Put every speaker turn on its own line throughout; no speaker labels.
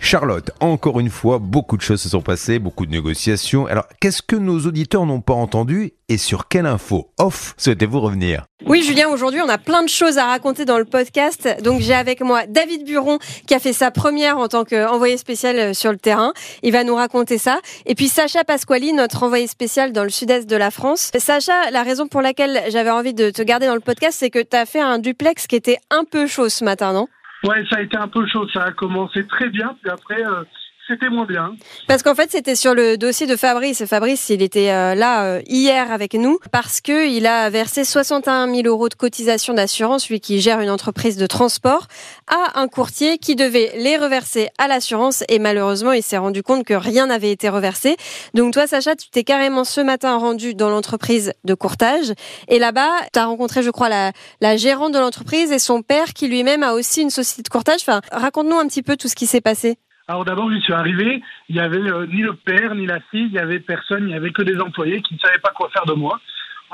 Charlotte, encore une fois, beaucoup de choses se sont passées, beaucoup de négociations. Alors, qu'est-ce que nos auditeurs n'ont pas entendu et sur quelle info off souhaitez-vous revenir
Oui, Julien, aujourd'hui, on a plein de choses à raconter dans le podcast. Donc, j'ai avec moi David Buron, qui a fait sa première en tant qu'envoyé spécial euh, sur le terrain. Il va nous raconter ça. Et puis, Sacha Pasquali, notre envoyé spécial dans le sud-est de la France. Sacha, la raison pour laquelle j'avais envie de te garder dans le podcast, c'est que tu as fait un duplex qui était un peu chaud ce matin, non
Ouais, ça a été un peu chaud. Ça a commencé très bien, puis après, euh, c'était moins bien.
Parce qu'en fait, c'était sur le dossier de Fabrice. Fabrice, il était euh, là euh, hier avec nous parce que il a versé 61 000 euros de cotisation d'assurance, lui qui gère une entreprise de transport, à un courtier qui devait les reverser à l'assurance. Et malheureusement, il s'est rendu compte que rien n'avait été reversé. Donc toi, Sacha, tu t'es carrément ce matin rendu dans l'entreprise de courtage. Et là-bas, tu as rencontré, je crois, la, la gérante de l'entreprise et son père qui lui-même a aussi une société de courtage. Enfin, raconte-nous un petit peu tout ce qui s'est passé.
Alors d'abord, je suis arrivé, il n'y avait euh, ni le père, ni la fille, il n'y avait personne, il n'y avait que des employés qui ne savaient pas quoi faire de moi.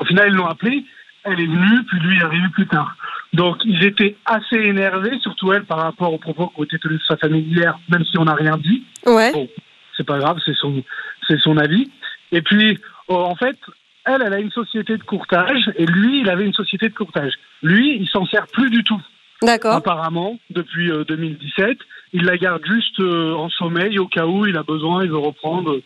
Au final, ils l'ont appelé, elle est venue, puis lui est arrivé plus tard. Donc ils étaient assez énervés, surtout elle, par rapport aux propos qui ont été tenus sur sa famille hier, même si on n'a rien dit.
Ouais.
Bon, c'est pas grave, c'est son, c'est son avis. Et puis, oh, en fait, elle, elle a une société de courtage, et lui, il avait une société de courtage. Lui, il s'en sert plus du tout.
D'accord.
Apparemment, depuis euh, 2017, il la garde juste euh, en sommeil au cas où il a besoin, il veut reprendre.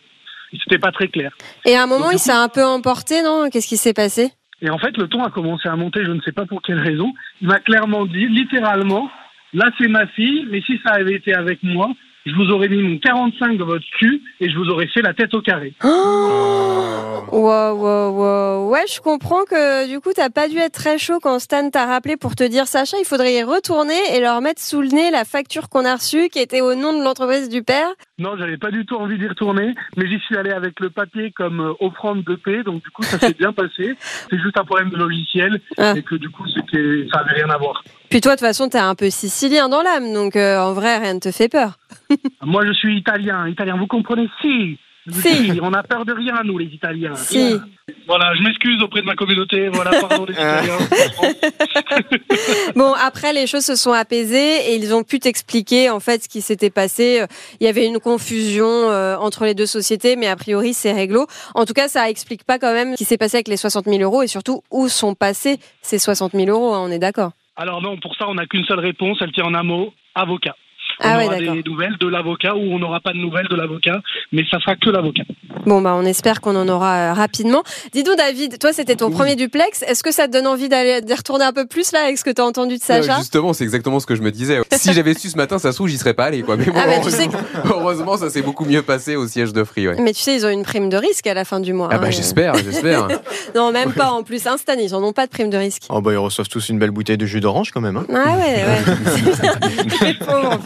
C'était pas très clair.
Et à un moment,
Donc,
il s'est un peu emporté, non Qu'est-ce qui s'est passé
Et en fait, le ton a commencé à monter, je ne sais pas pour quelle raison. Il m'a clairement dit, littéralement, là c'est ma fille, mais si ça avait été avec moi, je vous aurais mis mon 45 dans votre cul et je vous aurais fait la tête au carré.
Oh wow, wow, wow. Ouais, je comprends que du coup, t'as pas dû être très chaud quand Stan t'a rappelé pour te dire Sacha, il faudrait y retourner et leur mettre sous le nez la facture qu'on a reçue qui était au nom de l'entreprise du père.
Non, j'avais pas du tout envie d'y retourner, mais j'y suis allé avec le papier comme euh, offrande de paix, donc du coup ça s'est bien passé. C'est juste un problème de logiciel
Ah.
et que du coup c'était, ça avait rien à voir.
Puis toi, de toute façon, t'es un peu sicilien dans l'âme, donc euh, en vrai, rien ne te fait peur.
Moi, je suis italien. Italien, vous comprenez Si.
Si.
On a peur de rien, nous, les Italiens.
Si.
Voilà, je m'excuse auprès de ma communauté. Voilà, pardon, les Italiens.
Bon, après, les choses se sont apaisées et ils ont pu t'expliquer en fait ce qui s'était passé. Il y avait une confusion euh, entre les deux sociétés, mais a priori, c'est réglo. En tout cas, ça explique pas quand même ce qui s'est passé avec les 60 000 euros et surtout où sont passés ces 60 000 euros, hein, on est d'accord.
Alors non, pour ça, on n'a qu'une seule réponse. Elle tient en un mot, avocat. On
Ah ouais,
aura
d'accord.
des nouvelles de l'avocat ou on n'aura pas de nouvelles de l'avocat, mais ça sera que l'avocat.
Bon, bah, on espère qu'on en aura euh, rapidement. Dis donc, David, toi, c'était ton premier duplex. Est-ce que ça te donne envie d'aller d'y retourner un peu plus là avec ce que t'as entendu de
Euh,
Sacha
justement, c'est exactement ce que je me disais. Si j'avais su ce matin, ça se trouve, j'y serais pas allé. Quoi. Mais bon,
Ah, bah, tu sais
heureusement, heureusement, ça s'est beaucoup mieux passé au siège de Free. Ouais.
Mais tu sais, ils ont une prime de risque à la fin du mois.
Ah
hein.
bah j'espère, j'espère.
Non, même pas en plus. Instant, ils en ont pas de prime de risque.
Oh bah ils reçoivent tous une belle bouteille de jus d'orange quand même. Hein.
Ah ouais, ouais. Les pauvres.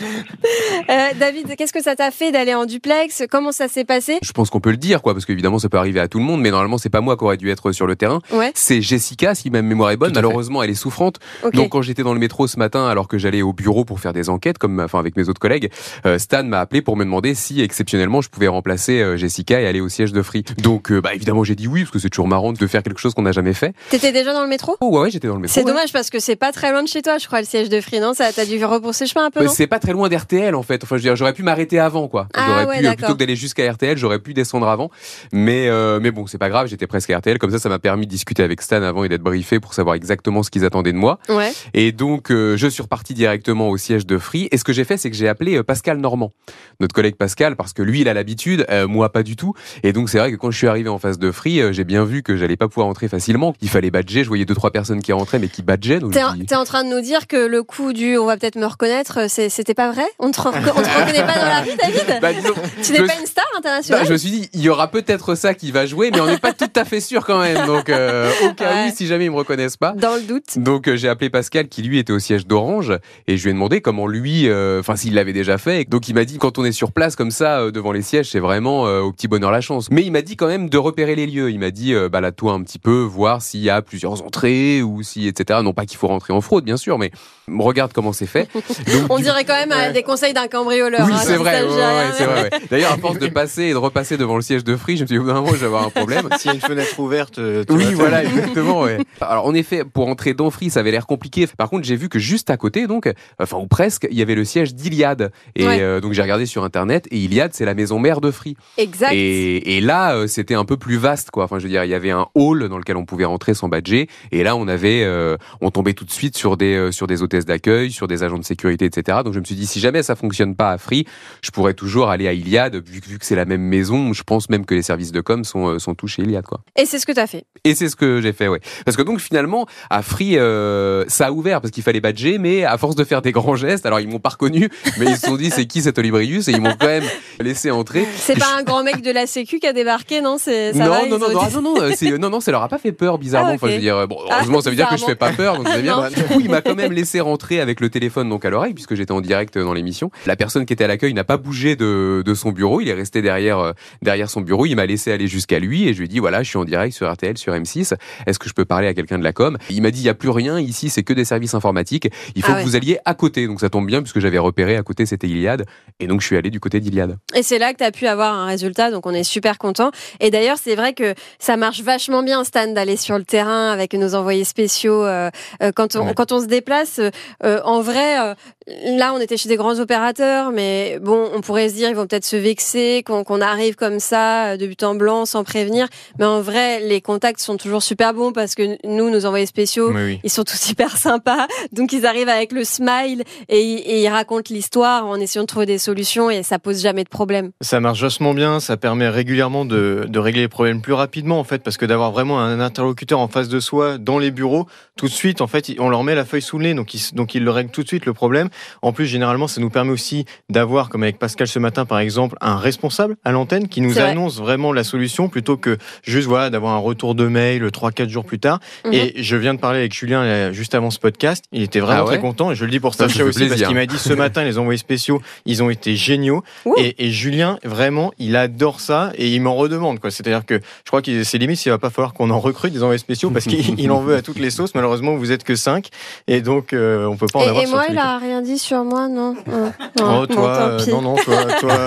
Euh, David, qu'est-ce que ça t'a fait d'aller en duplex Comment ça s'est passé
Je pense qu'on peut le dire, quoi, parce qu'évidemment, ça peut arriver à tout le monde, mais normalement, c'est pas moi qui aurais dû être sur le terrain.
Ouais,
C'est Jessica, si ma mémoire est bonne.
Tout à fait.
Malheureusement, elle est souffrante.
ok.
Donc, quand j'étais dans le métro ce matin, alors que j'allais au bureau pour faire des enquêtes, comme, enfin, avec mes autres collègues, euh, Stan m'a appelé pour me demander si, exceptionnellement, je pouvais remplacer euh, Jessica et aller au siège de Free. Donc, euh, bah, évidemment, j'ai dit oui, parce que c'est toujours marrant de faire quelque chose qu'on n'a jamais fait.
T'étais déjà dans le métro
Oh, ouais, ouais, j'étais dans le métro.
C'est
ouais.
dommage parce que c'est pas très loin de chez toi, je crois, le siège de Free. Non, Ça- t'as dû repousser le chemin un peu,
Bah,
non
c'est pas très loin d'RTL en fait. Enfin, je veux dire, j'aurais pu m'arrêter avant quoi.
Ah
J'aurais
ouais,
pu, euh,
d'accord.
plutôt que d'aller jusqu'à RTL, j'aurais pu descendre avant. Mais euh, mais bon, c'est pas grave. J'étais presque à RTL. Comme ça, ça m'a permis de discuter avec Stan avant et d'être briefé pour savoir exactement ce qu'ils attendaient de moi.
Ouais.
Et donc, euh, je suis reparti directement au siège de Free. Et ce que j'ai fait, c'est que j'ai appelé euh, Pascal Normand, notre collègue Pascal, parce que lui, il a l'habitude, euh, moi pas du tout. Et donc, c'est vrai que quand je suis arrivé en face de Free, euh, j'ai bien vu que j'allais pas pouvoir entrer facilement. Il fallait badger. Je voyais deux trois personnes qui rentraient, mais qui badgeaient. Donc,
T'es
je
en,
dis-
t'es en train de nous dire que le coup du on va peut-être me reconnaître, c'est- c'était pas vrai on te, re- on te reconnaît pas dans la rue, David
Bah, disons,
Tu n'es
je-
pas une star
Bah,
internationale
je me suis dit, il y aura peut-être ça qui va jouer, mais on n'est pas tout à fait sûr quand même. Donc, euh, au cas
Ouais.
où, si jamais ils me reconnaissent pas.
Dans le doute.
Donc, euh, j'ai appelé Pascal, qui lui était au siège d'Orange, et je lui ai demandé comment lui, euh, enfin, s'il l'avait déjà fait. Donc, il m'a dit, quand on est sur place comme ça, euh, devant les sièges, c'est vraiment euh, au petit bonheur la chance. Mais il m'a dit quand même de repérer les lieux. Il m'a dit, euh, balade-toi un petit peu, voir s'il y a plusieurs entrées ou si, etc. Non pas qu'il faut rentrer en fraude, bien sûr, mais regarde comment c'est fait. Donc,
On
du-
dirait quand même à même des conseils d'un cambrioleur.
Oui,
hein,
c'est
si
vrai.
ça
ouais,
gère,
ouais,
hein.
c'est vrai, ouais. D'ailleurs, à force de passer et de repasser devant le siège de Free, je me suis dit, au bout d'un moment, je vais avoir un problème.
S'il y a une fenêtre ouverte, euh, tu
Oui,
vas-
voilà, exactement. ouais. Alors, en effet, pour entrer dans Free, ça avait l'air compliqué. Par contre, j'ai vu que juste à côté, donc, euh, enfin, ou presque, il y avait le siège d'Iliade. Et
Ouais.
euh, donc, j'ai regardé sur Internet, et Iliade, c'est la maison mère de Free.
Exact.
Et, et là, euh, c'était un peu plus vaste, quoi. Enfin, je veux dire, il y avait un hall dans lequel on pouvait rentrer sans badger. Et là, on avait, euh, on tombait tout de suite sur des, euh, sur des hôtesses d'accueil, sur des agents de sécurité, etc. Donc, je me suis dit, si jamais ça fonctionne pas à Free, je pourrais toujours aller à Iliade, vu, que- vu que c'est la même maison. Je pense même que les services de com sont, euh, sont tous chez Iliade, quoi.
Et c'est ce que tu as fait.
Et c'est ce que j'ai fait, ouais. Parce que donc finalement, à Free, euh, ça a ouvert parce qu'il fallait badger, mais à force de faire des grands gestes, alors ils m'ont pas reconnu, mais ils se sont dit c'est qui cet Olibrius et ils m'ont quand même laissé entrer.
C'est pas un grand mec de la Sécu qui a débarqué, non C'est ça
non,
va, ils
non,
ont
non, non,
dit-
ah, non, non, euh, c'est- non, non, ça leur a pas fait peur, bizarrement.
Ah, ok.
Enfin, je veux dire, euh, bon,
Ah,
heureusement, ça veut dire que je fais pas peur, donc c'est bien.
Non.
Bah, Du coup, il m'a quand même laissé rentrer avec le téléphone donc à l'oreille, puisque j'étais en direct euh, dans l'émission. La personne qui était à l'accueil n'a pas bougé de, de son bureau, il est resté derrière, euh, derrière son bureau, il m'a laissé aller jusqu'à lui et je lui ai dit, voilà, je suis en direct sur RTL, sur M6, est-ce que je peux parler à quelqu'un de la com Il m'a dit, il n'y a plus rien, ici, c'est que des services informatiques, il faut
Ah
que
ouais.
vous alliez à côté. Donc ça tombe bien, puisque j'avais repéré à côté, c'était Iliade, et donc je suis allé du côté d'Iliade.
Et c'est là que tu as pu avoir un résultat, donc on est super content. Et d'ailleurs, c'est vrai que ça marche vachement bien, Stan, d'aller sur le terrain avec nos envoyés spéciaux. euh, euh, quand, on,
Ouais.
quand on se déplace, euh, euh, en vrai, euh, là, on était chez des grands opérateurs, mais bon, on pourrait se dire, ils vont peut-être se vexer qu'on qu'on arrive comme ça, euh, de but en blanc, sans prévenir. Mais en vrai, les contacts sont toujours super bons parce que nous, nos envoyés spéciaux,
Oui, oui.
ils sont tous hyper sympas. Donc ils arrivent avec le smile et, ils- et ils racontent l'histoire en essayant de trouver des solutions et ça pose jamais de problème.
Ça marche vachement bien, ça permet régulièrement de, de régler les problèmes plus rapidement en fait, parce que d'avoir vraiment un interlocuteur en face de soi dans les bureaux, tout de suite en fait, il- on leur met la feuille sous le nez, donc ils, s- donc ils le règlent tout de suite le problème. En plus, généralement, ça nous permet aussi d'avoir, comme avec Pascal ce matin par exemple, un responsable à l'antenne qui nous
C'est vrai.
annonce vraiment la solution plutôt que juste voilà d'avoir un retour de mail 3-4 jours plus tard.
Mhm.
Et je viens de parler avec Julien là, juste avant ce podcast, il était vraiment
Ah ouais
très content et je le dis pour
Ça me
Sacha
fait
aussi parce
plaisir.
qu'il m'a dit ce matin les envoyés spéciaux, ils ont été géniaux.
Ouh.
Et, et Julien, vraiment, il adore ça et il m'en redemande. quoi. C'est-à-dire que je crois que c'est limite, il va pas falloir qu'on en recrute des envoyés spéciaux parce qu'il il en veut à toutes les sauces. Malheureusement, vous êtes que 5 et donc euh, on peut pas en
Et,
avoir
et moi,
sur
euh,
tous les
il
cas.
a rien dit sur moi, non. Non,
Oh,
non,
toi,
tant
euh,
pis.
non, non, toi, toi,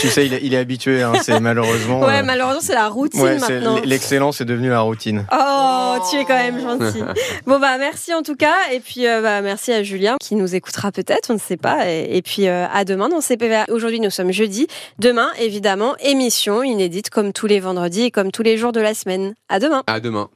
tu sais, il est, il est habitué, hein, c'est malheureusement.
Ouais,
euh,
malheureusement, c'est la routine
ouais, c'est-
maintenant.
l'excellence est devenue la routine.
Oh, tu es quand même gentil. bon, bah, merci en tout cas. Et puis, euh, bah, merci à Julien qui nous écoutera peut-être, on ne sait pas. Et, et puis, euh, à demain dans CPVA. Aujourd'hui, nous sommes jeudi. Demain, évidemment, émission inédite comme tous les vendredis et comme tous les jours de la semaine. À demain.
À demain.